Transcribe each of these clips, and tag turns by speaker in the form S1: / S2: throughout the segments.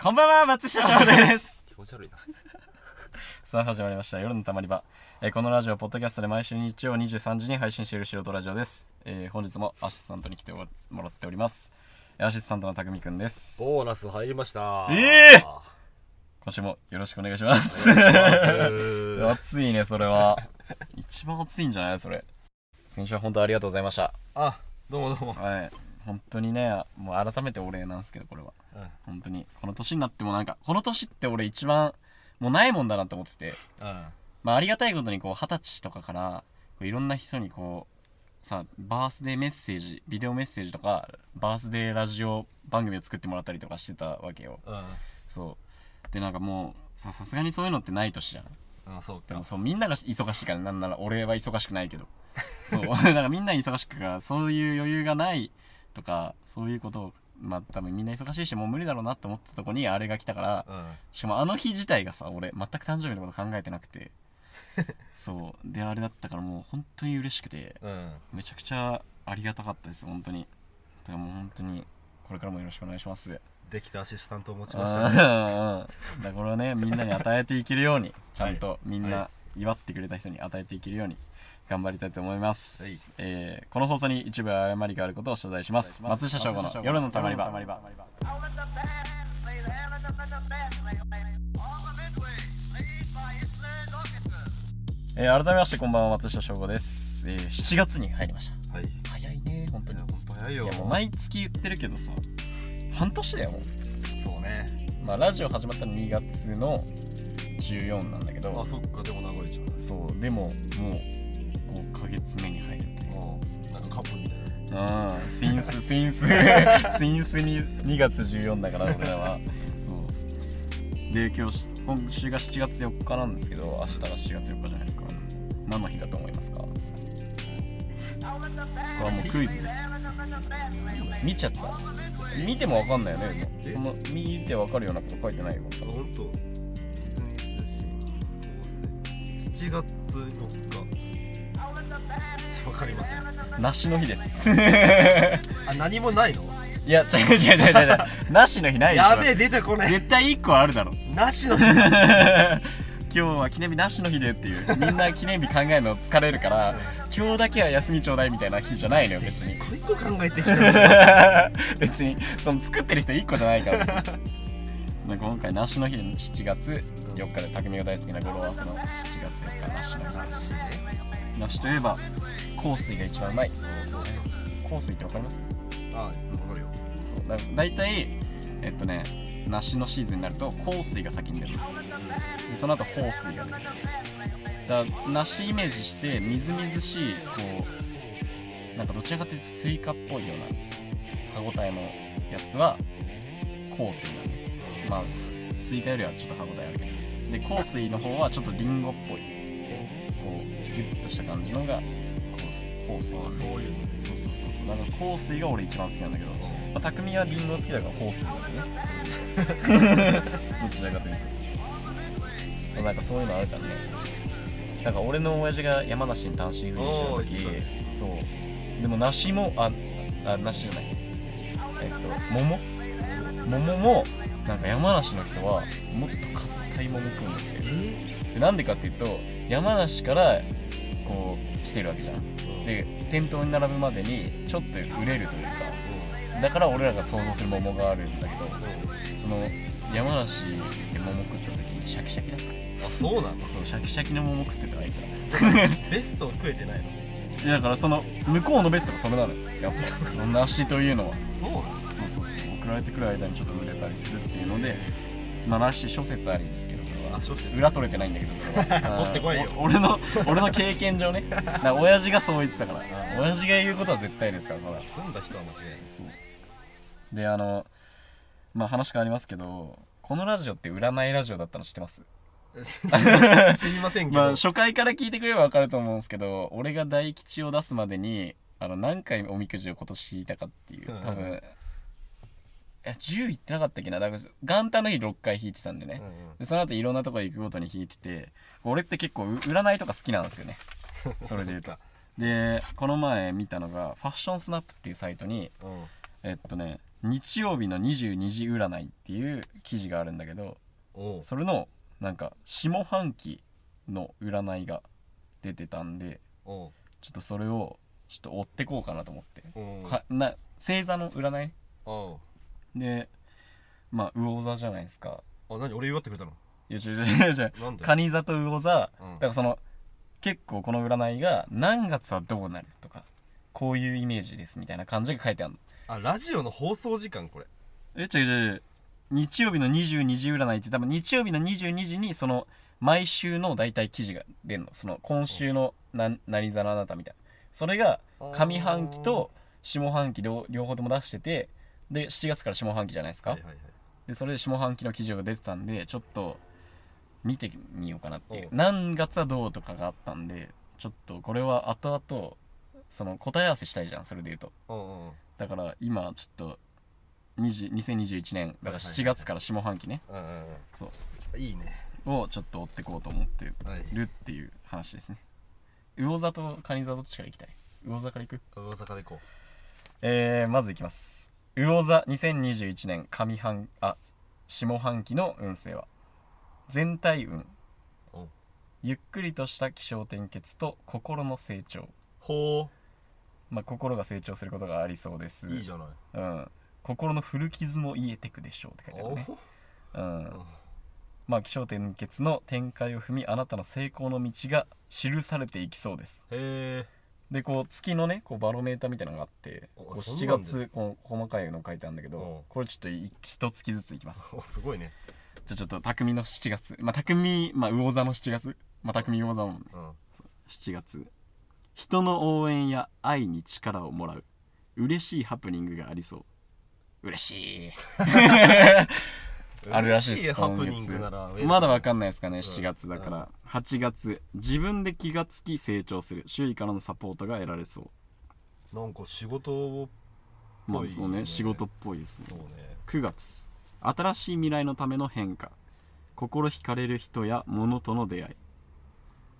S1: こんばんは松下翔です
S2: 気持ち悪いな
S1: さあ始まりました夜のたまり場、えーこのラジオはポッドキャストで毎週日曜23時に配信している素人ラジオです、えー本日もアシスタントに来てもらっておりますえーアシスタントの匠くんです
S2: ボーナス入りました
S1: ええ今週もよろしくお願いします
S2: ー
S1: 暑いねそれは一番暑いんじゃないそれ先週は本当ありがとうございました
S2: あどうもどうも
S1: はい本当にねもう改めてお礼なんですけどこれは
S2: うん
S1: 本当にこの年になってもなんかこの年って俺一番もうないもんだなと思ってて
S2: うん
S1: まあ、ありがたいことにこう二十歳とかからこういろんな人にこうさバースデーメッセージビデオメッセージとかバースデーラジオ番組を作ってもらったりとかしてたわけよ
S2: う
S1: そうでなんかもうささすがにそういうのってない年じゃん
S2: んうんそう
S1: で
S2: か
S1: もそうみんなが忙しいからなんなら俺は忙しくないけどそう なんかみんな忙しくからそういう余裕がないとかそういうことをまあ多分みんな忙しいしもう無理だろうなって思ってたとこにあれが来たから、
S2: うん
S1: しかもあの日自体がさ俺全く誕生日のこと考えてなくて そうであれだったからもう本当に嬉しくて
S2: うん
S1: めちゃくちゃありがたかったです本当にだからもう本当にこれからもよろしくお願いします
S2: できたアシスタントを持ちましたね
S1: あーうんうんだからこれはねみんなに与えていけるようにちゃんとみんな
S2: は
S1: 祝ってくれた人に与えていけるように頑張りたいと思います、
S2: はい
S1: えーこの放送に一部誤りがあることを謝罪します松下翔吾の夜のたまり場
S3: All in the band, play the hell in the band, play, play. All the midway, played by Island Orchestra.
S1: えー改めましてこんばんは松下翔吾です、えー7月に入りまし
S2: はいい
S1: た早いね本当に
S2: や
S1: い
S2: 本当早いよ
S1: やもう毎月言ってるけどさ半年だよもう
S2: そうね
S1: まあラジオ始まったの2月の14なんだけ
S2: あ
S1: ど
S2: そっかでも長いじゃん
S1: そうでももう5ヶ月目に入るという
S2: うんなんかカップみたいな
S1: うんスインススインススインスに2月14だから俺らはそうで今日し今週が7月4日なんですけど明日が7月4日じゃないですか何の日だと思いますかこ
S3: All in the
S1: れ
S3: band,
S1: はもうクイズです
S3: hell in the band, play, play.
S1: 見ちゃった見てもわかんないよねでもその見てわかるようなこと書いてないよ
S2: あ本当。7月4
S3: All in the band,
S2: 日わかりません
S1: 梨の日です
S2: あ何もないの
S1: いや違う違う違う違う梨の日ないでしょ
S2: やべえ出てこない
S1: 絶対1個あるだろ
S2: なしの
S1: 今日は記念日なしの日でっていうみんな記念日考えるの疲れるから今日だけは休みちょうだいみたいな日じゃないのよ別に
S2: 一個一個考えてきた
S1: 別にその作ってる人1個じゃないから 別になんか今回梨の日で7月4日で匠が大好きな語呂合わせの7月4日梨の日
S2: なしね
S1: 梨といえば香水が一番うまい香水ってわかります
S2: あわかるよ
S1: そうだだいたいえっとね梨のシーズンになると香水が先に出るでその後豊水が出てくるだから梨イメージしてみずみずしいこうなんかどちらかというとスイカっぽいような歯ごたえのやつは香水なんでまあスイカよりはちょっと歯ごたえあるけどで香水の方はちょっとリンゴっぽいこうギュッとした感じのが香水香水なんで
S2: ういう
S1: そうそうそうそうだから香水が俺一番好きなんだけどまあ、匠はリンゴ好きだからホースなんだよね どちらかというとなんかそういうのあるからねなんか俺の親父が山梨に単身赴
S2: お
S1: 任
S2: ー
S1: して
S2: 言った
S1: る時そうでも梨もああ梨じゃないえっと桃桃もなんか山梨の人はもっと硬い桃食うんだって
S2: え
S1: でなんでかっていうと山梨からこう来てるわけじゃんで店頭に並ぶまでにちょっと売れるというかだから俺らが想像する桃があるんだけどその山梨で桃食った時にシャキシャキだった
S2: あそうなの
S1: そうシャキシャキの桃食ってたあいつら
S2: ベストを食えてないの
S1: いやだからその向こうのベストがそれなのよやっぱその梨というのは
S2: そうなの
S1: そうそうそう送られてくる間にちょっと売れたりするっていうのでまあ梨諸説ありですけどそれは
S2: あそうして
S1: 裏取れてないんだけどそれ は
S2: 取ってこいよ
S1: あーお俺の俺の経験上ねだから親父がそう言ってたから
S2: ー
S1: 親父が言うことは絶対ですからそれは
S2: 住んだ人は間違いないです
S1: であのまあ話変わりますけどこのラジオって占いラジオだったの知ってます
S2: 知りませんけ
S1: まあ
S2: ど
S1: 初回から聞いてくれれば分かると思うんですけど俺が大吉を出すまでにあの何回おみくじを今年引いたかっていう
S2: うん
S1: 多分、いや10いってなかったっけなだから元旦の日6回引いてたんでね、でその後いろんなとこ行くごとに引いてて俺って結構う占いとか好きなんです よねそれで言うとでこの前見たのがファッションスナップっていうサイトに
S2: うん
S1: えっとね日曜日の22時占いっていう記事があるんだけど
S2: おう
S1: それのなんか下半期の占いが出てたんで
S2: おう
S1: ちょっとそれをちょっと追ってこうかなと思って、
S2: おう
S1: かな星座の占い
S2: おう
S1: でまあ魚座じゃないですか
S2: あ何俺祝ってくれたの
S1: いや違う違う違う
S2: なんで
S1: カニ座と魚座、
S2: うん
S1: だからその結構この占いが何月はどうなるとかこういうイメージですみたいな感じが書いてあるの
S2: あラジオの放送時間これ
S1: え違う違う違う日曜日の22時占いって多分日曜日の22時にその毎週の大体記事が出るのその今週のな何座のあなたみたいなそれが上半期と下半期両両方とも出しててで7月から下半期じゃないですか、
S2: はいはいはい
S1: でそれで下半期の記事が出てたんでちょっと見てみようかなっていう
S2: おう
S1: 何月はどうとかがあったんでちょっとこれは後々その答え合わせしたいじゃんそれで言うと
S2: おうんうん
S1: だから今ちょっと20 2021年だから7月から下半期ね
S2: うんうんうん
S1: そう
S2: いいね
S1: をちょっと追ってこうと思って
S2: はい
S1: るっていう話ですね魚座とカニ座どっちから行きたい魚座から行く
S2: 大阪で行こ
S1: えー、まずいきます魚座2021年上半あ下半期の運勢は全体運
S2: うおう
S1: ゆっくりとした気象転結と心の成長
S2: ほ
S1: まあ心が成長することがありそうです
S2: ういいじゃない
S1: うん、心の古傷も癒えてくでしょうって書いてあるね、うん
S2: うん
S1: まあ気象転結の展開を踏みあなたの成功の道が記されていきそうです
S2: へえ
S1: でこう月のねこうバロメーターみたいなのがあって
S2: お
S1: こう
S2: そ
S1: 7
S2: んなんで
S1: 月こう細かいの書いてあるんだけ
S2: うん
S1: どこれちょっとい一月ずついきます
S2: すごいね
S1: じゃあちょっと匠の7月まあ匠まあ魚座の7月まあ匠魚座だもんね
S2: うん
S1: 7月人の応援や愛に力をもらう嬉しいハプニングがありそう嬉しい あるらしい
S2: 嬉
S1: です
S2: ハプニングなら
S1: 今月まだわか
S2: ん
S1: んないですかね7月だから、8月自分で気がつき成長する周囲からのサポートが得られそう
S2: なんか仕事を
S1: ま
S2: ぽ
S1: あ
S2: い
S1: そうね
S2: ね
S1: 仕事っぽいですね
S2: そうね
S1: 9月新しい未来のための変化心惹かれる人や物との出会い、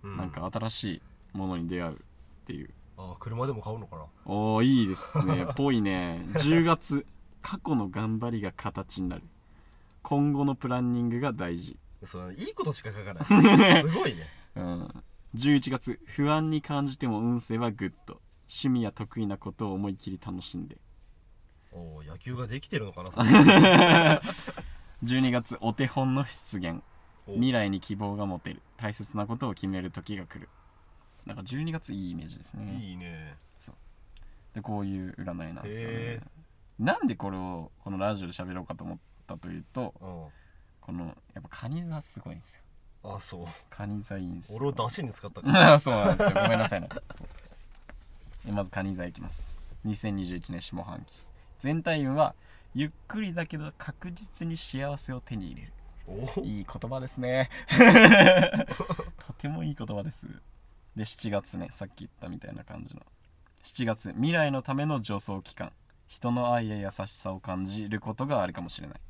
S2: う
S1: なんか新しいものに出会うっていう
S2: あ車でも買うのかな
S1: おーいいです ねぽいね10月過去の頑張りが形になる今後のプランニングが大事、
S2: それいいことしか書か ないすごいね
S1: うん、11月不安に感じても運勢はグッド趣味や得意なことを思い切り楽しんで
S2: おー野球ができてるのかな
S1: 12月お手本の出現
S2: お
S1: 未来に希望が持てる大切なことを決める時が来るなんか12月いいイメージですね
S2: いいね
S1: でこういう占いなんですよね
S2: へ
S1: なんでこれをこのラジオで喋ろうかと思ったというと
S2: うん
S1: このやっぱカニ座すごいんですよ
S2: あそう
S1: カニ座いいんですよ
S2: 俺を出しに使ったから
S1: あ そうなんですよごめんなさいねそうでまずカニ座いきます2021年下半期全体運はゆっくりだけど確実に幸せを手に入れる
S2: お
S1: いい言葉ですね とてもいい言葉ですで7月ねさっき言ったみたいな感じの7月未来のための助走期間人の愛や優しさを感じることがあるかもしれない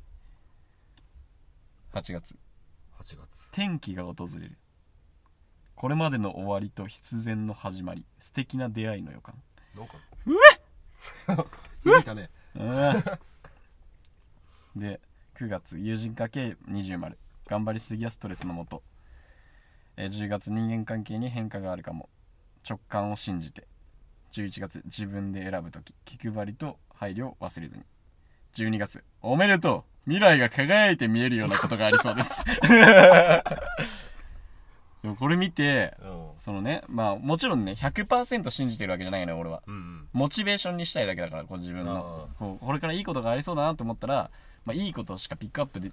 S1: 8月
S2: 8月
S1: 天気が訪れるこれまでの終わりと必然の始まり素敵な出会いの予感
S2: なんかうわ 響いたね
S1: うんで9月友人関係20丸頑張りすぎやストレスのもとえー10月人間関係に変化があるかも直感を信じて11月自分で選ぶ時気配りと配慮を忘れずに12月おめでとう未来が輝いて見えるようなことがありそうです でもこれ見て
S2: うん
S1: そのねまあもちろんね100%信じてるわけじゃないよね俺は
S2: うん
S1: モチベーションにしたいだけだからこう自分のこうこれからいいことがありそうだなと思ったら、まあ、いいことしかピックアップで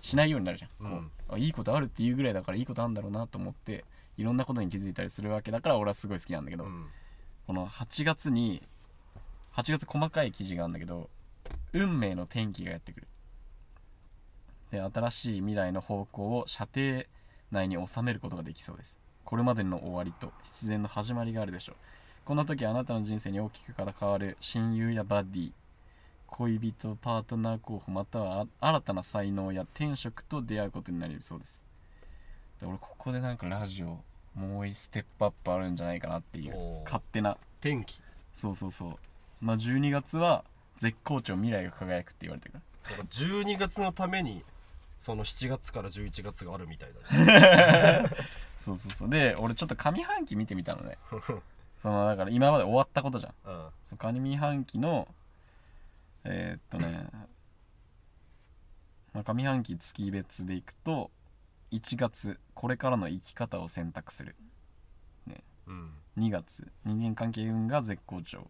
S1: しないようになるじゃん、こ
S2: うん
S1: うあいいことあるっていうぐらいだからいいことあるんだろうなと思っていろんなことに気づいたりするわけだから俺はすごい好きなんだけど、
S2: うん
S1: この8月に8月細かい記事があるんだけど運命の転機がやってくるで新しい未来の方向を射程内に収めることができそうですこれまでの終わりと必然の始まりがあるでしょうこんな時あなたの人生に大きく関わる親友やバディ恋人パートナー候補またはあ新たな才能や転職と出会うことになりそうですで俺ここでなんかラジオもう一ステップアップあるんじゃないかなっていう
S2: おー
S1: 勝手な
S2: 天気
S1: そうそうそうまあ12月は絶好調未来が輝くって言われてるか
S2: なんか12月のためにその7月から11月があるみたいだ、
S1: らそうそうそうで俺ちょっと上半期見てみたのねそのだから今まで終わったことじゃん
S2: うん、
S1: その上半期のえーっとね、まあ、上半期月別でいくと1月これからの生き方を選択する
S2: うん、
S1: 2月人間関係運が絶好調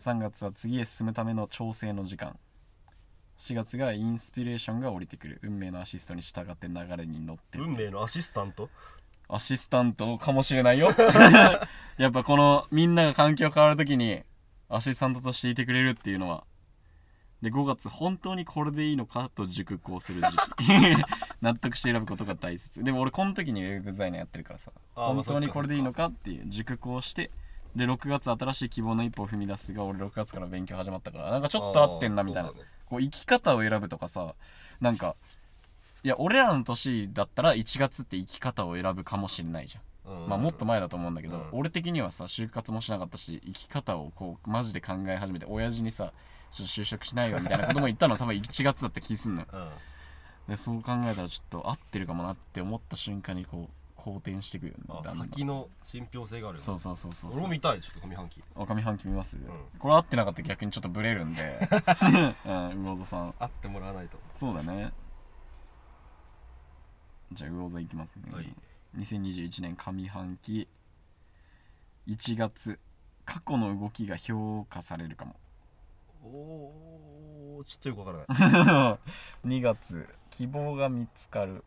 S1: 3月は次へ進むための調整の時間4月がインスピレーションが降りてくる運命のアシストに従って流れに乗ってる
S2: 運命のアシスタント
S1: アシスタントかもしれない よやっぱこのみんなが環境変わるときにアシスタントとしていてくれるっていうのはで5月本当にこれでいいのかと熟考する時 期納得して選ぶことが大切でも俺この時にウェブデザイナーやってるからさ
S2: あーま
S1: 本
S2: あそっ
S1: 当
S2: か
S1: にこれでいいのかっていう熟考してで6月新しい希望の一歩を踏み出すが俺6月から勉強始まったからなんかちょっと合ってんなみたいな
S2: あーそうだね
S1: こう生き方を選ぶとかさなんかいや俺らの年だったら1月って生き方を選ぶかもしれないじゃん
S2: うん
S1: まあもっと前だと思うんだけど、
S2: うん
S1: 俺的にはさ就活もしなかったし生き方をこうマジで考え始めて親父にさちょっと就職しないよみたいなことも言った の多分1月だった気すんのよ
S2: うん
S1: でそう考えたらちょっと合ってるかもなって思った瞬間にこう好転してくよね
S2: あ
S1: だんだん
S2: 先の信憑性があるよね
S1: そうそうそうそう
S2: 俺も見たいちょっと上半期
S1: おかみ半期見ます、
S2: ん
S1: これ合ってなかったら逆にちょっとブレるん で うん魚座さん
S2: 会ってもらわないと
S1: そうだねじゃあ魚座いきますね、
S2: はい
S1: 2021年上半期1月過去の動きが評価されるかも
S2: おーちょっとよくわからない
S1: 2月希望が見つかる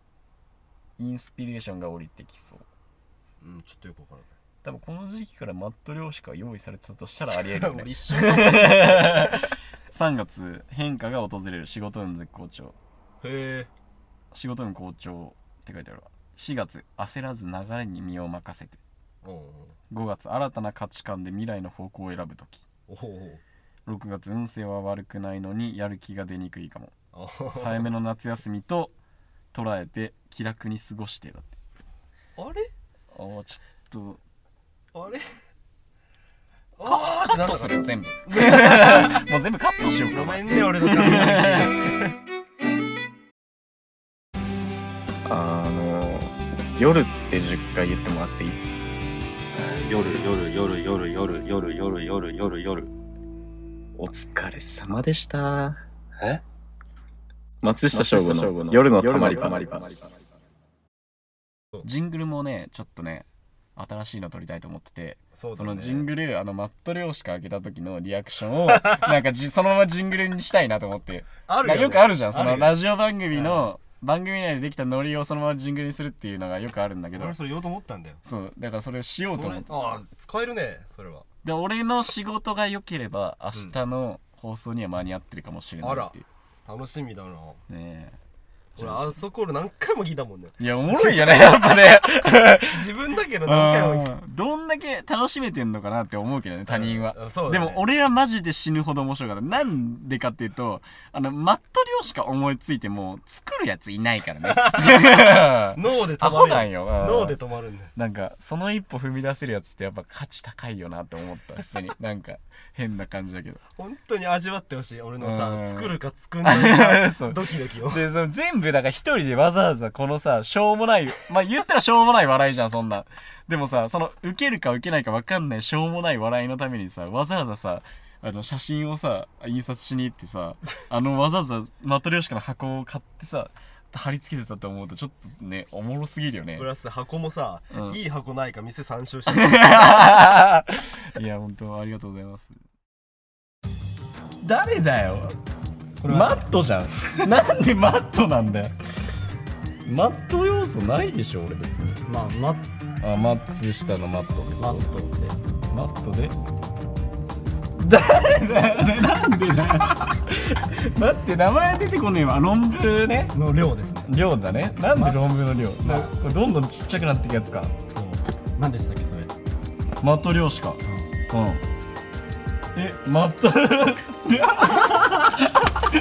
S1: インスピレーションが降りてきそう
S2: うんちょっとよくわからない
S1: 多分この時期からマット漁師が用意されてたとしたらありえるよね
S2: 俺一緒だへ
S1: 3月変化が訪れる仕事運絶好調
S2: え
S1: 仕事運好調って書いてあるわ4月焦らず流れに身を任せて
S2: うんうん
S1: 5月新たな価値観で未来の方向を選ぶ時
S2: おー
S1: 6月運勢は悪くないのにやる気が出にくいかも
S2: おー
S1: 早めの夏休みと捉えて気楽に過ごしてだって
S2: あれ
S1: ああちょっと
S2: あれあーってな
S1: ど
S2: っ
S1: う
S2: た
S1: す
S2: から
S1: る全部もう全部カットしようか
S2: ごめんね俺の上半期
S1: あの夜って10回言ってもらっていい
S4: 夜夜夜夜夜夜夜夜夜夜
S1: お疲れ様でした
S4: え
S1: 松下
S5: 翔吾の夜のたまり場
S1: ジングルもねちょっとね新しいの撮りたいと思ってて
S2: そう
S1: そ
S2: だね
S1: のジングルあのマット漁師が開けた時のリアクショ ンをなんかじそのままジングルにしたいなと思って
S2: ある
S1: な
S2: よ,、
S1: ん
S2: ね、
S1: かよくあるじゃんそ
S2: ある
S1: の
S2: よ
S1: ラジオ番組の番組内でできたノリをそのままジングルにするっていうのがよくあるんだけど
S2: 俺それ言おうと思ったんだよ
S1: そうだからそれをしようと
S2: そ
S1: 思っ
S2: れ
S1: て
S2: あー使えるねそれは
S1: で俺の仕事が良ければ明日の放送には間に合ってるかもしれないっていう、
S2: 楽しみだな
S1: ねえ
S2: 俺あそこ俺何回も聞いたもんね
S1: いやおもろいよねやっぱね
S2: 自分だけど 何回も聞い
S1: うんどんだけ楽しめてんのかなって思うけどね他人は、
S2: うんそう
S1: で
S2: だね
S1: も俺はマジで死ぬほど面白かったなんでかっていうとあのマット量しか思いついても作るやついないからね
S2: 脳で
S1: ア
S2: 止ま
S1: ホ
S2: る
S1: なんよ、うん
S2: 脳で止まるんだよ
S1: なんかその一歩踏み出せるやつってやっぱ価値高いよなって思った普通になんか変な感じだけど
S2: 本当に味わってほしい俺の
S1: う
S2: さ
S1: ん
S2: 作るか作ん ない
S1: そ
S2: か
S1: う
S2: ドキドキを
S1: でその全部だから一人でわざわざこのさしょうもないまあ言ったらしょうもない笑いじゃんそんなんでもさその受けるか受けないか分かんないしょうもない笑いのためにさわざわざさあの写真をさ印刷しに行ってさあのわざわざマトリョーシカの箱を買ってさ貼り付けてたと思うとちょっとねおもろすぎるよね
S2: プラス箱もさ
S1: うん
S2: いい箱ないか店参照して
S1: いや本当ありがとうございます誰だよ
S2: れは
S1: マットじゃんなんでマットなんだよマット要素ないでしょ俺別に
S2: まあマッ
S1: あマッツ下のマット
S2: マットって
S1: マットで誰だよねなんでだよ待って名前出てこねえわ論文ね
S2: の量ですね
S1: 量だねなんで論文の量なこれどんどんちっちゃくなってくやつか
S2: そう何でしたっけそれ
S1: マット漁師かうん、えマット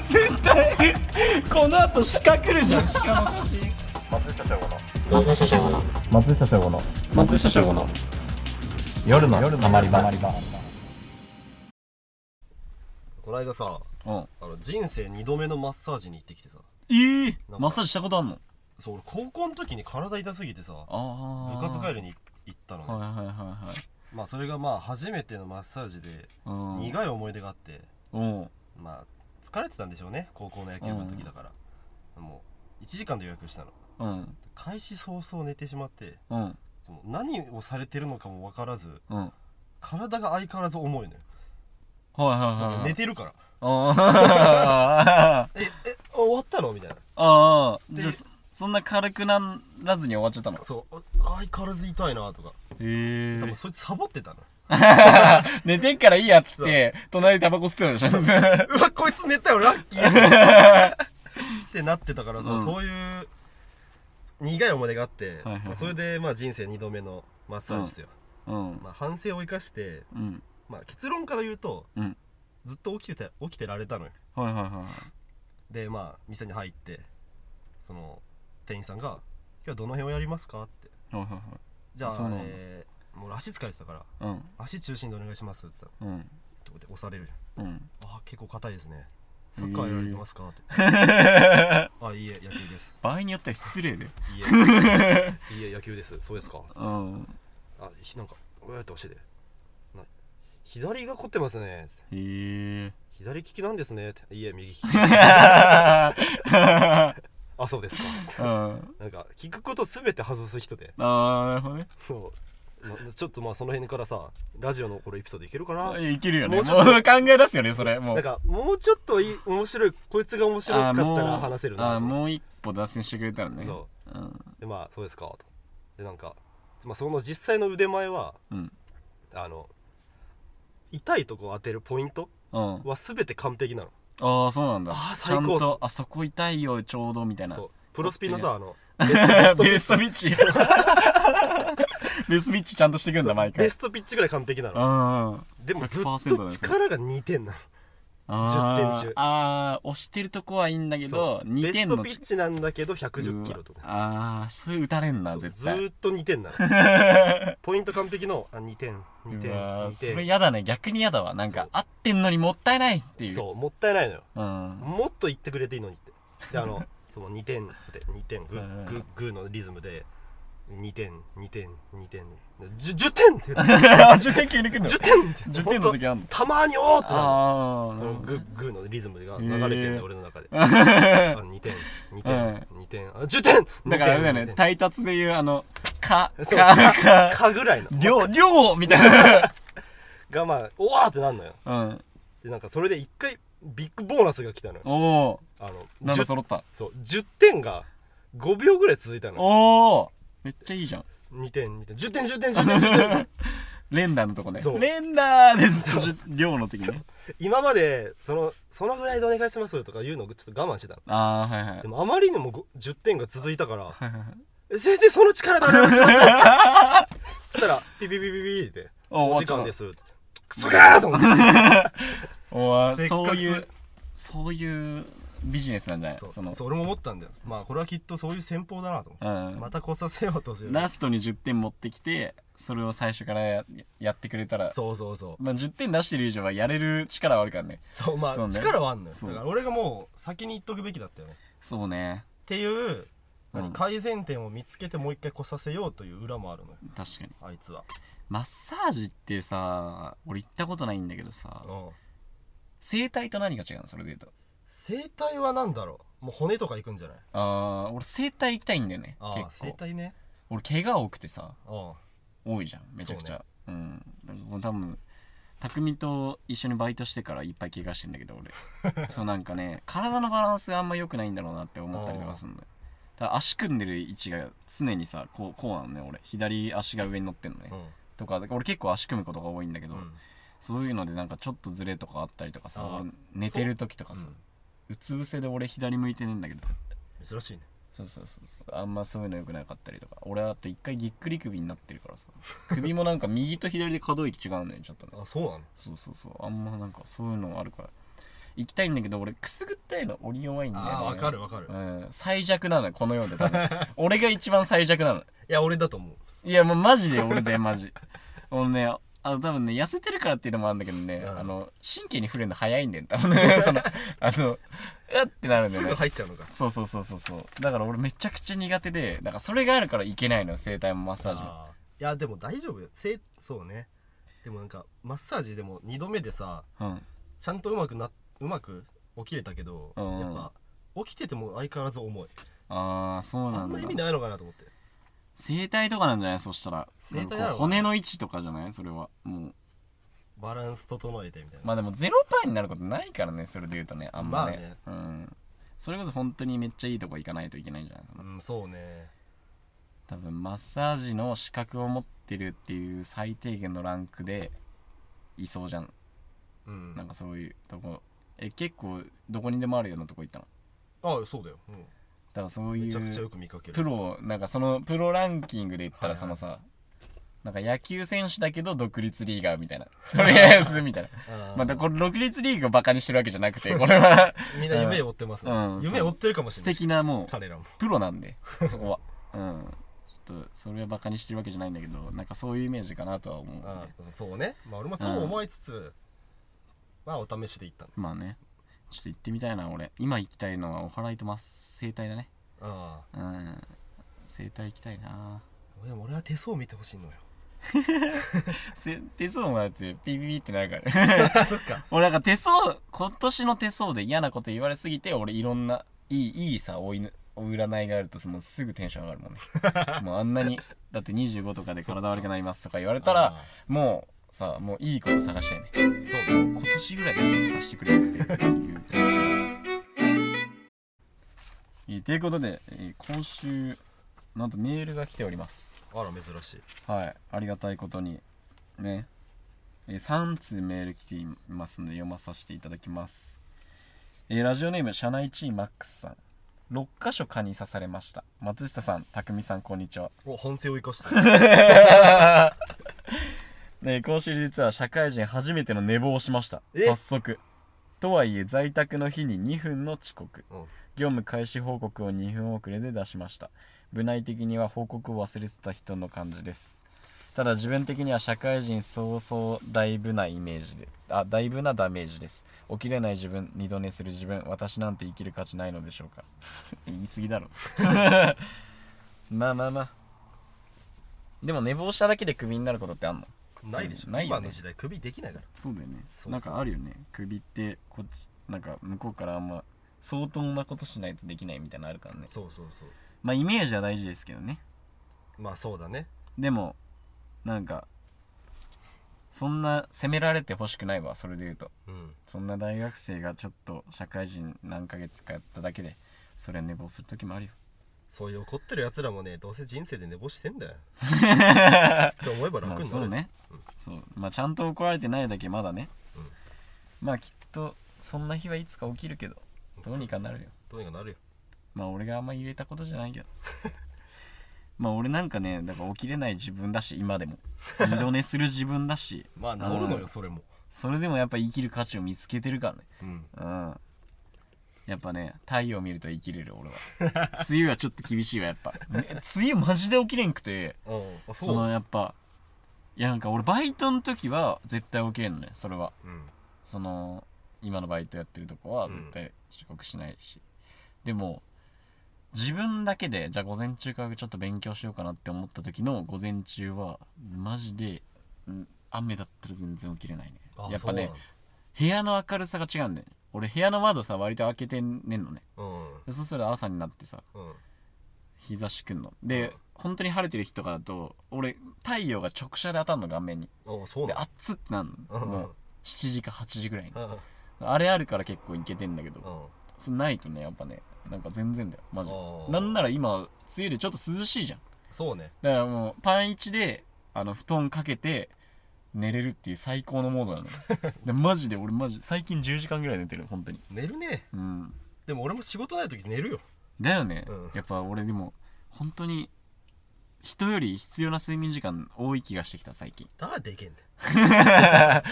S1: 絶対この後鹿来るじゃん鹿の写真松下翔吾の松下翔吾の松下翔吾の松下翔吾の夜の夜のまり場
S2: ここの間さ
S1: うん
S2: あの人生2度目のマッサージに行ってきてさ
S1: ええ
S2: なんか
S1: マッサージしたことあんの
S2: そう俺高校の時に体痛すぎてさ
S1: あ
S2: 部
S1: あ
S2: 活帰
S1: り
S2: りに行ったのね、
S1: はいはいはいはい
S2: まあそれがまあ初めてのマッサージで
S1: うん
S2: 苦い思い出があって、
S1: うん
S2: まあ疲れてたんでしょうね高校の野球部の時だから、もう1時間で予約したの
S1: うん
S2: 開始早々寝てしまって
S1: うん
S2: その何をされてるのかも分からず
S1: うんはい
S2: 体が相変わらず重いのよ
S1: はいはいはい
S2: 寝てるから
S1: ああ
S2: ええあ終わったのみたいな
S1: ああ
S2: で
S1: じゃあそそんな軽くならずに終わっちゃったのへ
S2: そうあ相変わらず痛いなとか
S1: え
S2: 多分そいつサボってたの
S1: 寝てっからいいやっつって隣でタバコ吸ってたでしょ
S2: うわこいつ寝たよラッ キーってなってたから、
S1: うん
S2: そういう苦い思い出があって、
S1: はいはいはい
S2: まあそれでまあ人生2度目のマッサージですよ、
S1: うん
S2: まあ、反省を生かして、
S1: うん
S2: まあ、結論から言うと
S1: うん
S2: ずっと起きてた起きてられたのよ
S1: はいはいはいはい
S2: でまあ店に入ってその店員さんが「今日はどの辺をやりますか?」って
S1: はいはい
S2: 「じゃあ
S1: そうなんだ
S2: えーもう俺足疲れてたから
S1: はい
S2: 足中心でお願いします」って言っ
S1: うんうん
S2: たのってことで押されるじ
S1: うん
S2: ゃん「あー結構硬いですねサッカーやられてますか?」って「あいいえ野球です
S1: 場合によっては失礼で
S2: いいえ いいえ野球ですそうですか」
S1: うん
S2: あひなんかうやって押しててな左が凝ってますね」つって
S1: へえ
S2: 「左利きなんですね」って「いいえ右利 き」あそうですか」つって
S1: うん
S2: なんか聞くこと全て外す人で
S1: ああなるほどね
S2: そうなちょっとまあその辺からさラジオのこれエピソードいけるかない
S1: やいけるよね
S2: も
S1: もう
S2: うちょっと
S1: 考え出すよねそれもう
S2: なんかもうちょっといい面白いこいつが面白か
S1: あ
S2: っ
S1: ー
S2: た
S1: もう
S2: ら話せるな
S1: あー
S2: と
S1: もう一歩脱線してくれたらね
S2: そう
S1: うん
S2: うでまあそうですかとでなんか、まあ、その実際の腕前は
S1: うん
S2: あの痛いとこを当てるポイント
S1: うん
S2: は全て完璧なの
S1: ああそうなんだ
S2: あー
S1: ち
S2: 最
S1: ゃ
S2: 高
S1: んとあそこ痛いよちょうどみたいな
S2: そうプロスピのさあの
S1: ベ
S2: ベ
S1: ス
S2: ス
S1: ト
S2: ト
S1: ビッチベストビッチちゃんとしてくんだ毎回
S2: ベストピッチぐらい完璧な
S1: う
S2: の
S1: んうん
S2: でもず
S1: 100%
S2: っ
S1: なん
S2: と
S1: ですよ
S2: 力が2点なの
S1: あー
S2: 10点中
S1: あー押してるとこはいいんだけど
S2: そう
S1: 2
S2: ベス
S1: 点
S2: ト
S1: の
S2: ピッチなんだけど110キロと
S1: うわ
S2: か
S1: ああそれ打たれんな
S2: そう
S1: 絶
S2: ず
S1: 対
S2: ーっと2点なの ポイント完璧のあ2点2点
S1: うわー
S2: 2
S1: そ
S2: 点
S1: れ嫌だね逆に嫌だわなん
S2: そ
S1: か
S2: う
S1: 合ってんのにもったいないっていう
S2: そうもったいないのよ
S1: うん
S2: もっと言ってくれていいのにってで あのその2点で2点グ
S1: うん
S2: ッグッグーのリズムで2点2点2点 10, 10点っ て言って
S1: 10点急に来んの
S2: 10点って
S1: 10点の時あんの
S2: ほんとたまにおーってな
S1: ああな
S2: るそ
S1: る
S2: の
S1: ほ
S2: グ
S1: ど
S2: ッグーのリズムが
S1: へ
S2: 流
S1: ー
S2: れてんだよ俺 の中であ2点2点2点あ10点
S1: だからあれだよ
S2: 2
S1: ね
S2: 点
S1: 対達でいうあの「か」
S2: そう
S1: か
S2: か
S1: か
S2: かぐらいの
S1: 「量量」みたい
S2: がまあおわーってなんのよ
S1: なうん
S2: でなんかそれで1回ビッグボーナスが来たのよ
S1: おお
S2: あの
S1: なんか
S2: 10
S1: 揃った
S2: そう10点が5秒ぐらい続いたの
S1: おおめっちゃいいじゃん
S2: 2点2点10点10点10点10点
S1: 連打のとこね
S2: そう
S1: 連打ですと10量の時ね
S2: 今までそのそのぐらいでお願いしますとか言うのちょっと我慢してたの
S1: ああはいはい
S2: でもあまりにもご10点が続いたから
S1: はいはいはい
S2: 「え先生その力でお願いし ます」そしたらピピピピピって「
S1: お
S2: お
S1: 終わっ
S2: 時
S1: ちゃった
S2: 間です」って「くそがー!」と思って
S1: おわ
S2: せっかく
S1: そういうそういうビジネスなんじゃない
S2: そ う
S1: その
S2: そう俺も思ったんだよまあこれはきっとそういう戦法だなと思って
S1: うん
S2: また来させようとしてる
S1: ラストに10点持ってきてそれを最初からややってくれたら
S2: そうそうそう
S1: まあ、10点出してる以上はやれる力はあるからね
S2: そうま
S1: そう
S2: あ
S1: ね
S2: 力はあんのよ
S1: そ
S2: だ
S1: う
S2: から俺がもう先に言っとくべきだったよね
S1: そうね
S2: っていう何
S1: うん
S2: 改善点を見つけてもう一回来させようという裏もあるのよ
S1: 確かに
S2: あいつは
S1: マッサージってさ俺行ったことないんだけどさ
S2: うん
S1: 整体と何が違うのそれで言うと
S2: 整体は何だろうもう骨とか行くんじゃない
S1: あー俺整体行きたいんだよね
S2: ああ
S1: 結
S2: 整
S1: 構
S2: 体ね
S1: 俺怪我多くてさ
S2: うん
S1: 多いじゃんめちゃくちゃう,、んだからもう多分匠と一緒にバイトしてからいっぱい怪我してんだけど 俺そうなんかね体のバランスがあんま良くないんだろうなって思ったりとかするんだよだから足組んでる位置が常にさこうこうなのね俺左足が上に乗ってんのね、
S2: うん
S1: とか俺結構足組むことが多いんだけど、
S2: うん
S1: そういうのでなんかちょっとずれとかあったりとかさ
S2: あー
S1: 俺寝てる時とかさ
S2: そううん
S1: うつ伏せで俺左向いてねえんだけどさ
S2: 珍しいね
S1: そうそうそうそうあんまそういうの良くなかったりとか俺はあと一回ぎっくり首になってるからさ首もなんか右と左で可動域違うんだよねちょっとね
S2: あそうなの
S1: そうそうそうあんまなんかそういうのあるから行きたいんだけど俺くすぐったいの俺弱いんだよ、ね、
S2: あーわかるわかる
S1: うん、最弱なのよこの世で多分 俺が一番最弱なの
S2: いや俺だと思う
S1: いやもうマジで俺でマジ俺ねあの多分ね痩せてるからっていうのもあるんだけどね、
S2: うん
S1: あの神経に触れるの早いんだよね多分 ねそのあのうっってなるんだ
S2: す
S1: よ
S2: ぐ
S1: ね
S2: 入っちゃうのか
S1: そうそうそうそうそうだから俺めちゃくちゃ苦手でだからそれがあるからいけないのよ整体もマッサージも
S2: あーいやでも大丈夫よせいそうねでもなんかマッサージでも2度目でさ
S1: うん
S2: ちゃんとうまくなうまく起きれたけど、
S1: うん
S2: やっぱ起きてても相変わらず重い
S1: ああそう
S2: あ
S1: なんんだ
S2: ま意味ないのかなと思って
S1: 整体とかなんじゃないそしたら
S2: 整体なのか
S1: なんかこう骨の位置とかじゃないそれはもう
S2: バランス整えてみたいな、
S1: まあでもゼロパーになることないからねそれで言うとねあんまね,、うんそれこそ本当にめっちゃいいとこ行かないといけないんじゃないかな
S2: うんそうね
S1: 多分マッサージの資格を持ってるっていう最低限のランクでいそうじゃん
S2: うん
S1: なんかそういうとこえ結構どこにでもあるようなとこ行ったの
S2: ああそうだよ、うん
S1: だからそう
S2: め
S1: い
S2: ちゃくちゃよ
S1: う
S2: く見かける
S1: プロなんかそのプロランキングで言ったら
S2: はいはい
S1: そのさ、なんか野球選手だけど独立リーガーみ たいなとりあえずみたいな
S2: あー
S1: またこれ独立リーグをバカにしてるわけじゃなくてこれは
S2: みんな夢を追ってます、ね
S1: うん
S2: 夢を追ってるかもし
S1: 素
S2: れない
S1: 敵なもう
S2: 彼らも
S1: プロなん でそこはうんちょっとそれはバカにしてるわけじゃないんだけどなんかそういうイメージかなとは思う、ね、
S2: あーそうねまあ俺もそう思いつつ、まあお試しで行ったの
S1: まあねちょっと行ってみたいな俺今行きたいのはお祓いとま整体だね
S2: ああ
S1: うん整体行きたいな
S2: でも俺は手相見てほしいのよ
S1: せ手相もだってピピピってなるからね
S2: あ そっ か
S1: 俺なんか手相今年の手相で嫌なこと言われすぎて俺いろんないいいいさおいぬお占いがあるともうすぐテンション上がるもん ねもうあんなにだって25とかで体悪くなりますとか言われたら
S2: あ
S1: もうさもういいこと探したいね
S2: ーそう
S1: 今
S2: ね
S1: 年ぐらいでいいことさせてくれっていう感じがえーということで、えー今週なんとメールが来ております
S2: あら珍しい
S1: はいありがたいことにね、え3通メール来ていますので読まさせていただきます、えーラジオネーム社内1位マックスさん6箇所蚊に刺されました松下さん匠さんこんにちは
S2: お反省を生 かして
S1: ね、今週実は社会人初めての寝坊をしました
S2: え
S1: 早速とはいえ在宅の日に2分の遅刻
S2: うん
S1: 業務開始報告を2分遅れで出しました部内的には報告を忘れてた人の感じですただ自分的には社会人早々だいぶなイメージであだいぶなダメージです起きれない自分二度寝する自分私なんて生きる価値ないのでしょうか 言い過ぎだろ まあまあまあでも寝坊しただけでクビになることってあんの
S2: ないでしょ
S1: ないよね
S2: 今の時代首できないから
S1: そうだよね
S2: そうそう
S1: なんかあるよね首ってこっちなんか向こうからあんま相当なことしないとできないみたいなのあるからね
S2: そうそうそう
S1: まあイメージは大事ですけどね
S2: まあそうだね
S1: でもなんかそんな責められてほしくないわそれで言うと
S2: うん
S1: そんな大学生がちょっと社会人何ヶ月かやっただけでそれは寝坊する時もあるよ
S2: そういう怒ってる奴らもねどうせ人生で寝坊してん だよって思えば
S1: ま
S2: 楽
S1: あ
S2: にな
S1: そう
S2: る、
S1: ね、そうまあちゃんと怒られてないだけまだね、
S2: うん
S1: まあきっとそんな日はいつか起きるけどどうにかなるよ
S2: どうにかなるよ
S1: まあ俺があんま言えたことじゃ ないけどまあ俺なんかねだから起きれない自分だし今でも二度寝する自分だし
S2: まあ治るの
S1: う
S2: よ
S1: ん
S2: それも
S1: それでもやっぱ生きる価値を見つけてるからね
S2: う
S1: う
S2: ん
S1: んやっぱね太陽見ると生きれる俺 は梅雨はちょっと厳しいわやっぱめ梅雨マジで起きれんくて
S2: うんあ
S1: そ
S2: そう
S1: のやっぱいやなんか俺バイトの時は絶対起きれんのねそれは
S2: うん
S1: その今のバイトやってるとこは
S2: うん
S1: 絶対遅刻しないし、でも自分だけでじゃあ午前中からちょっと勉強しようかなって思った時の午前中はマジでん雨だったら全然起きれないね
S2: あ
S1: やっぱね
S2: そうなんだ
S1: 部屋の明るさが違うんだよね俺部屋の窓さ割と開けてんねんのね
S2: うん
S1: でそうすると朝になってさ
S2: うん
S1: 日差しくんの
S2: うん
S1: で本当に晴れてる日とかだと俺太陽が直射で当たるの顔面に
S2: あそう
S1: で
S2: なんだ
S1: 熱ってなる
S2: う
S1: の
S2: ん
S1: もう7時か8時ぐらいに
S2: うん
S1: あれあるから結構いけてんだけど
S2: うん
S1: それないとねやっぱねなんか全然だよマジで
S2: あー
S1: なんなら今梅雨でちょっと涼しいじゃん
S2: そうね
S1: だからもうパン1であの布団かけて寝れるっていう最高のモードなのよでマジで俺マジ最近10時間ぐらい寝てる本当に
S2: 寝るね
S1: うん
S2: でも俺も仕事ない時寝るよ
S1: だよね、
S2: うん
S1: やっぱ俺でも本当に人より必要な睡眠時間多い気がしてきた最近
S2: だからでけんだよ
S1: だ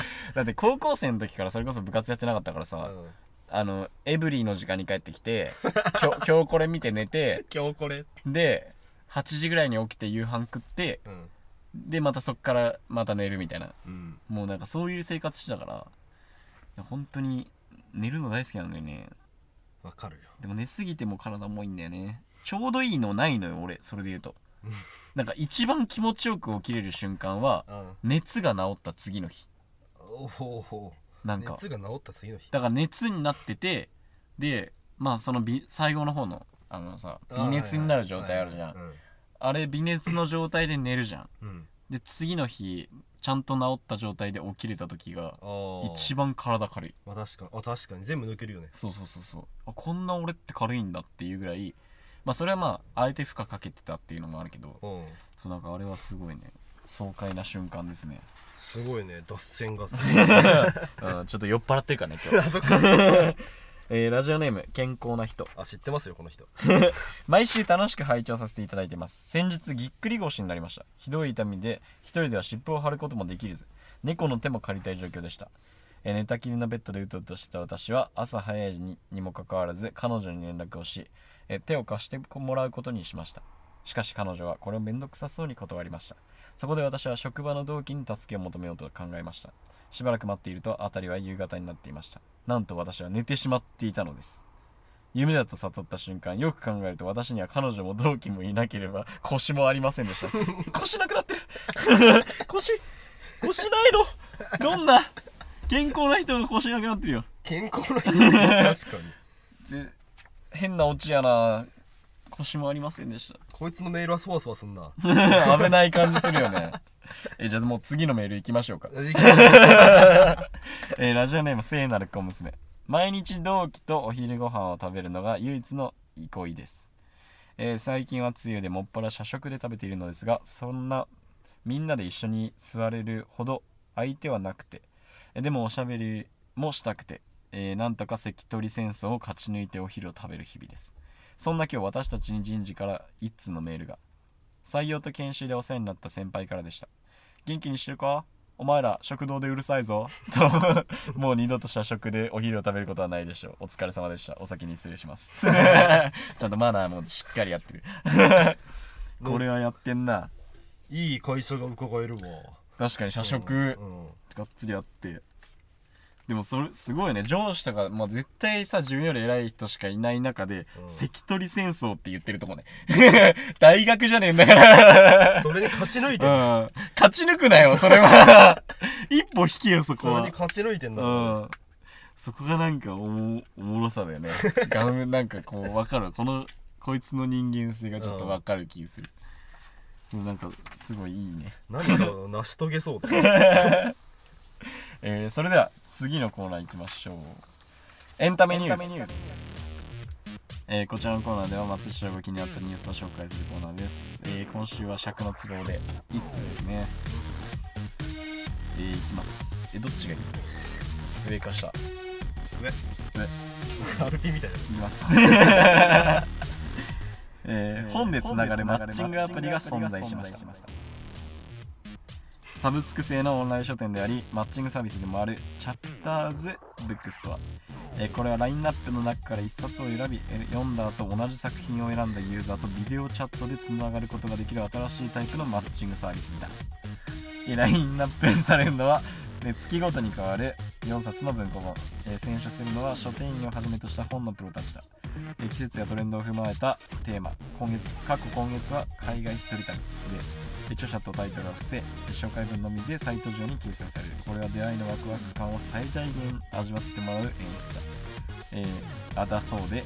S1: って高校生の時からそれこそ部活やってなかったからさ、
S2: うん
S1: あのエブリィの時間に帰ってきて 今日今日これ見て寝て
S2: 今日これ
S1: で8時ぐらいに起きて夕飯食って
S2: うん
S1: でまたそっからまた寝るみたいな
S2: うん
S1: もうなんかそういう生活してたから本当に寝るの大好きなんだよね
S2: わかるよ
S1: でも寝すぎても体もいいんだよねちょうどいいのないのよ俺それで言うと
S2: うん
S1: なんか一番気持ちよく起きれる瞬間は
S2: うん
S1: 熱が治った次の日
S2: おほほ
S1: なんか
S2: 熱が治った次の日
S1: だから熱になっててでまあその微最後の方のあのさ
S2: あ
S1: 微
S2: ー
S1: 熱になる状態あるじゃ
S2: はい
S1: ん
S2: はいはい
S1: あれ微熱の状態で寝るじゃん
S2: うんうん
S1: で次の日ちゃんと治った状態で起きれた時が
S2: あー
S1: 一番体軽い
S2: まあ確かにあ確かに全部抜けるよね
S1: そうそうそうそうあこんな俺って軽いんだっていうぐらいまあそれはまああえて負荷かけてたっていうのもあるけど
S2: うん
S1: そうなんかあれはすごいね爽快な瞬間ですね
S2: すごいね脱線がす
S1: うんちょっと酔っ払ってるからね
S2: ご
S1: 今日、
S2: いあそっか
S1: えーラジオネーム健康な人
S2: あ知ってますよこの人
S1: 毎週楽しく拝聴させていただいてます先日ぎっくり腰になりましたひどい痛みで一人では湿布を貼ることもできず猫の手も借りたい状況でしたえー寝たきりのベッドでうとうとしてた私は朝早いににもかかわらず彼女に連絡をしえー手を貸してもらうことにしましたしかし彼女はこれを面倒くさそうに断りましたそこで私は職場の同期に助けを求めようと考えましたしばらく待っていると辺りは夕方になっていましたなんと私は寝てしまっていたのです夢だと悟った瞬間よく考えると私には彼女も同期もいなければ 腰もありませんでした腰なくなってる 腰腰ないのどんな健康な人が腰なくなってるよ
S2: 健康 な人確かに
S1: ぜ変なオチやな腰もありませんでした
S2: こいつのメールはそわそわす んな
S1: 危ない感じするよねえじゃあもう次のメール行きましょうか
S2: いきましょう
S1: えーラジオネーム聖なる小娘毎日同期とお昼ご飯を食べるのが唯一の憩いです、えー最近は梅雨でもっぱら社食で食べているのですがそんなみんなで一緒に座れるほど相手はなくてえーでもおしゃべりもしたくて、えーなんとか関取戦争を勝ち抜いてお昼を食べる日々ですそんな今日私たちに人事から一通のメールが採用と研修でお世話になった先輩からでした元気にしてるかお前ら食堂でうるさいぞ ともう二度と社食でお昼を食べることはないでしょうお疲れ様でしたお先に失礼します ちゃんとマナーもしっかりやってる これはやってんない
S2: い会社が伺えるわ
S1: 確かに社食、
S2: うん
S1: がっつりあってでもそれすごいね上司とか、まあ、絶対さ自分より偉い人しかいない中で、
S2: うん
S1: 関取戦争って言ってるとこね 大学じゃねえんだ から
S2: それに勝ち抜いて
S1: うん
S2: だ
S1: ん勝ち抜くなよそれは 一歩引けよそ
S2: そ
S1: こ
S2: れ
S1: は
S2: に勝ち抜いてんだ
S1: うんそこがなんかおもおもろさだよね ガムなんかこう分かるこのこいつの人間性がちょっと分かる気する、でもなんかすごいいいね
S2: 何かを成し遂 げそうだ
S1: えーそれでは次のコーナー行きましょうエンタメニュースえーこちらのコーナーでは松下が気になったニュースを紹介するコーナーです、えー今週は尺の都合で1通ですねえー、いきますえどっちがいい上か下上
S2: アルピーみたいない
S1: き ます。えー本でつながるマッチングアプリが存在しました。サブスク製のオンライン書店であり、マッチングサービスでもあるチャプターズブックストア。えーこれはラインナップの中から1冊を選び、えー読んだ後同じ作品を選んだユーザーとビデオチャットでつながることができる新しいタイプのマッチングサービスだ。えーラインナップされるのは、えー月ごとに変わる4冊の文庫本、えー選書するのは書店員をはじめとした本のプロたちだ、えー季節やトレンドを踏まえたテーマ今月過去今月は海外一人旅でえー著者とタイトルは伏せえー紹介文のみでサイト上に掲載されるこれは出会いのワクワク感を最大限味わってもらう演出だ、えーあだそうで、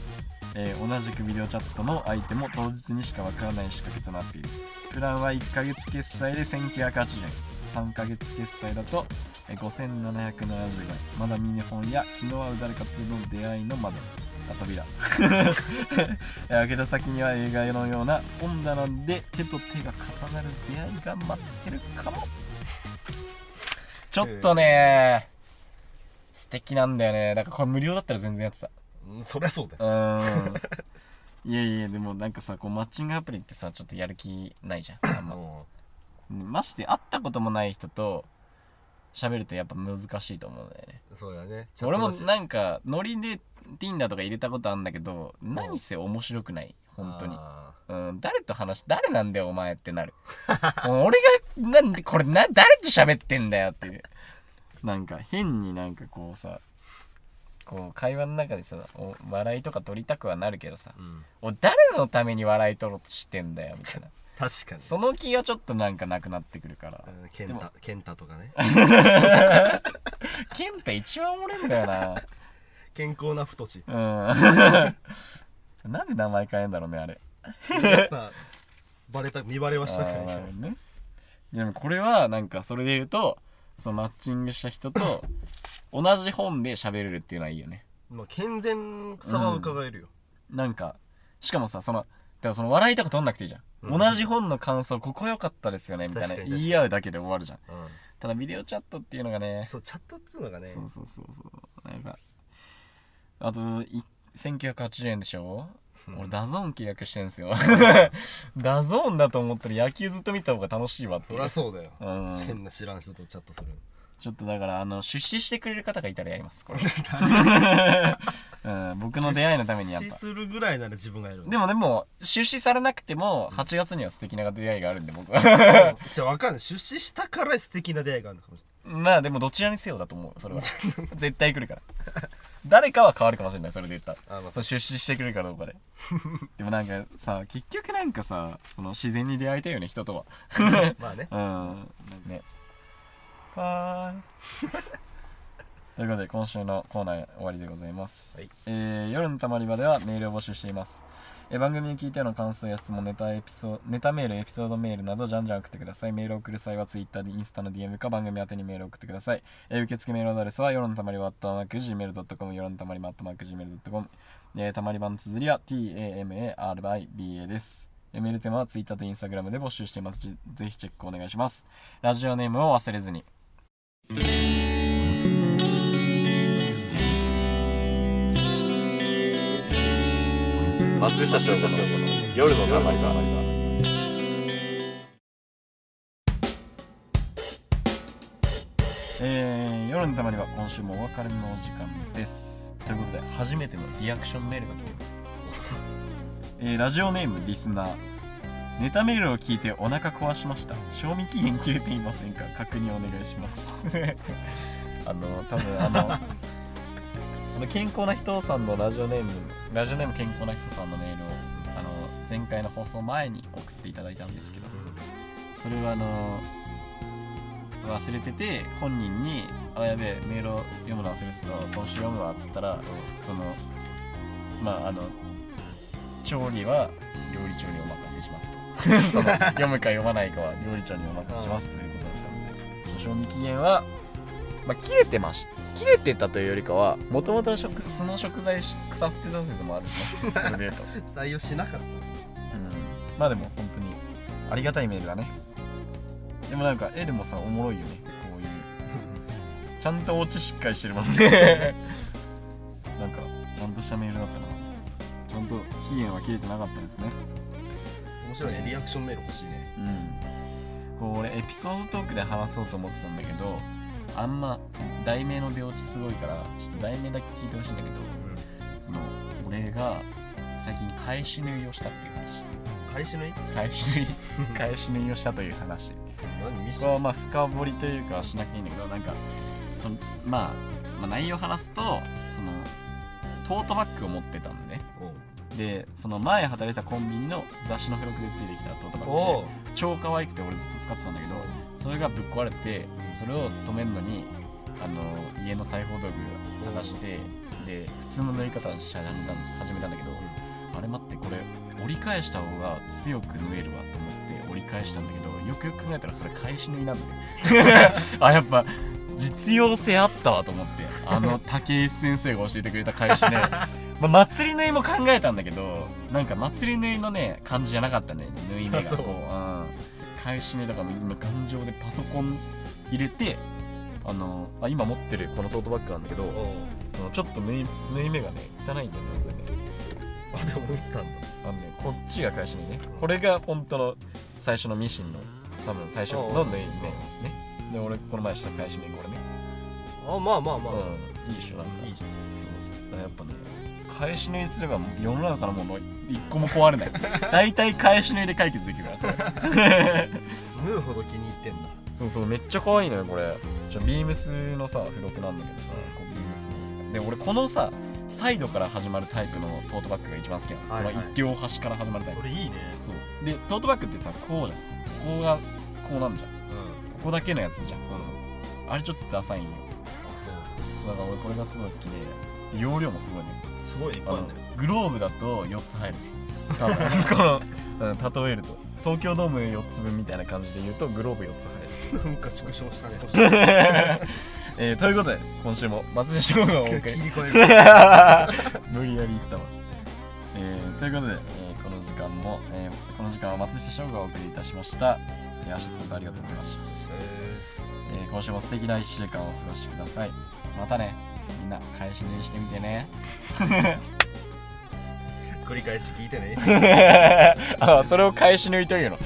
S1: えー同じくビデオチャットの相手も当日にしかわからない仕掛けとなっているプランは1ヶ月決済で1980円3ヶ月決済だとえー5770倍まだ見ぬ本や昨日はうだるかつの出会いの窓あ扉 えー開けた先には映画のような本棚で手と手が重なる出会いが待ってるかもちょっとね素敵なんだよねだからこれ無料だったら全然やってた
S2: うんそりゃそうだよ
S1: うーんいやいやでもなんかさこうマッチングアプリってさちょっとやる気ないじ ゃんあんま
S2: も
S1: まして会ったこともない人と喋るとやっぱ難しいと思うんだよね
S2: うそうだね
S1: 俺も
S2: チャットだし
S1: なんかノリで Tinder とか入れたことあんだけど何せ面白くない本当に
S2: あ
S1: うん、誰と話し誰なんだよお前ってなる もう俺がなんでこれな誰と喋ってんだよっていうなんか変になんかこうさこう会話の中でさお笑いとか取りたくはなるけどさ
S2: うん、
S1: お誰のために笑い取ろうとしてんだよみたいな
S2: 確かに
S1: その気がちょっとなんかなくなってくるから
S2: うんケンタケンタと かね
S1: 健太一番おもれんだよな
S2: 健康 な太し
S1: うんなんで名前変えんだろうねあれ
S2: やっぱバレた見バレはしたくないじゃ
S1: あ
S2: ん
S1: ーねでもこれはなんかそれで言うとそのマッチングした人と同じ本で喋れるっていうのはいいよね
S2: まあ健全さは伺えるよ、
S1: なんかしかもさそのだからその笑いとか取んなくていいじゃん、
S2: うん
S1: 同じ本の感想ここ良かったですよねみたいな
S2: 確かに確かに
S1: 言い合うだけで終わるじゃん
S2: うん
S1: ただビデオチャットっていうのがね
S2: そうチャットっていうのがね
S1: そうそうそうそうなんかあとい1980円でしょ
S2: うん
S1: 俺ダゾーン契約してんすよ ダゾーンだと思ったら野球ずっと見た方が楽しいわって
S2: そ
S1: いう
S2: りゃそうだよ、
S1: うん
S2: 変な知らん人とチャットする
S1: ちょっとだからあの出資してくれる方がいたらやりますこ れ、うん、僕の出会いのためにやっ
S2: 出資
S1: ぱ
S2: するぐらいなら自分がやる
S1: で
S2: も
S1: もでも出資されなくても8月には素敵な出会いがあるんで僕は
S2: じゃあ分かんない出資したから素敵な出会いがあるのかもし
S1: まあでもどちらにせよだと思う それは絶対来るから誰かは変わるかもしれないそれで言ったら
S2: れないあ、まあ
S1: その出資してくれるかどうかででもなんかさ結局なんかさその自然に出会いたいよね人とは
S2: まあね
S1: うんねはーい ということで今週のコーナー終わりでございます、
S2: はい
S1: えー夜のたまり場ではメールを募集しています、えー番組に聞いての感想や質問ネタエピソネタメールエピソードメールなどじゃんじゃん送ってくださいメールを送る際は Twitter でインスタの DM か番組宛てにメールを送ってください、えー受付メールアドレスは夜のたまり場 atmarkgmail.com 夜のたまり場 atmarkgmail.com えーたまり場の綴りは TAMARIBA ですえーメールテーマは Twitter と Instagram で募集していますぜぜひチェックお願いしますラジオネームを忘れずに
S4: 松下翔吾の夜のたまり場
S1: えー、夜のたまりは今週もお別れのお時間ですということで初めてのリアクションメールが来ています、えーラジオネームリスナーネタメールを聞いてお腹壊しました賞味期限切れていませんか確認お願いしますあの多分あのあの健康な人さんのラジオネームラジオネーム健康な人さんのメールをあの前回の放送前に送っていただいたんですけどそれはあの忘れてて本人に「あやべえメールを読むの忘れてたわ今週読むわ」っつったらそのまああの調理は料理長にお任せしますと その読むか読まないかは料理長にお任せしますということだったので賞味期限は、まあ、切れてまし切れてたというよりかはもともとの食素の食材腐ってた説もあるしねそれでいうと
S2: 採用しなかっ
S1: うんまあでも本当にありがたいメールだねでもなんかえでもさおもろいよねこういうちゃんとお家しっかりしてるもん ねなんかちゃんとしたメールだったなちゃんと期限は切れてなかったですね
S2: た面白いねリアクションメール欲しいね
S1: うんこう俺エピソードトークで話そうと思ってたんだけどあんま題名の病気すごいからちょっと題名だけ聞いてほしいんだけどその俺が最近返し縫いをしたっていう話
S2: 返しのい
S1: 返し縫い返し縫いをしたという話
S2: 何ミシ
S1: これはまあ深掘りというかはしなくていいんだけどなんかそのまあ、まあ内容を話すとそのトートバッグを持ってたんでねでその前働いたコンビニの雑誌の付録でついてきたトートバ
S2: お
S1: ッグ
S2: お
S1: で超可愛くて俺ずっと使ってたんだけどそれがぶっ壊れてそれを止めるのにあの家の裁縫道具探してで普通の縫い方し始めた始めたんだけどあれ待ってこれ折り返した方が強く縫えるわと思って折り返したんだけどよくよく考えたらそれ返し縫いなんだねあやっぱ実用性あったわと思ってあの竹井先生が教えてくれた返し縫 いまあ祭り縫いも考えたんだけどなんか祭り縫いのね感じじゃなかったね縫い目が
S2: あそう
S1: こう、うん、返し縫いだから今頑丈でパソコン入れてあのあ今持ってるこのトートバッグなんだけど
S2: おお
S1: そのちょっと縫い縫い目がね汚いんだよねこれね
S2: あでも打ったんだ
S1: あのねこっちが返し縫いねこれが本当の最初のミシンの多分最初の縫い目ねで俺この前した返し縫いこれね
S2: あまあまあまあ、
S1: うんいいでしょなんか
S2: いいじゃん
S1: そうだからやっぱね返し縫いすればもう世の中からもう一個も壊れない 大体返し縫いで解決できるからそれ
S2: ムーほど気に入ってんだ
S1: そうそうめっちゃ可愛いのよこれじゃあビームスのさ付録なんだけどさこうビームスので俺このさサイドから始まるタイプのトートバッグが一番好きなの、
S2: はいはい
S1: この一両端から始まるタイプ
S2: それいいね
S1: そうでトートバッグってさこうじゃんここがこうなんじゃん
S2: うんうん
S1: ここだけのやつじゃんあれちょっとダサいんよ
S2: あそ
S1: そ
S2: う
S1: うだから俺これがすごい好きでで容量もすごいね
S2: すごいねいっぱ
S1: あ
S2: いあ
S1: の
S2: るね
S1: グローブだと4つ入るね多分このうん例えると東京ドーム4つ分みたいな感じで言うとグローブ4つ入る
S2: なんか縮小 したね 切
S1: えー、ということで今週も松下翔吾がお 送り
S2: り込える
S1: 無理やり言ったわ、えー、ということで、えーこの時間も、えーこの時間は松下翔吾がお送りいたしました、えー、アシスタントありがとうございました、 えー今週も素敵な1週間をお過ごしくださいまたねみんな返し縫いしてみて ね
S2: 繰り返し聞いてね
S1: あそれを返し縫いというの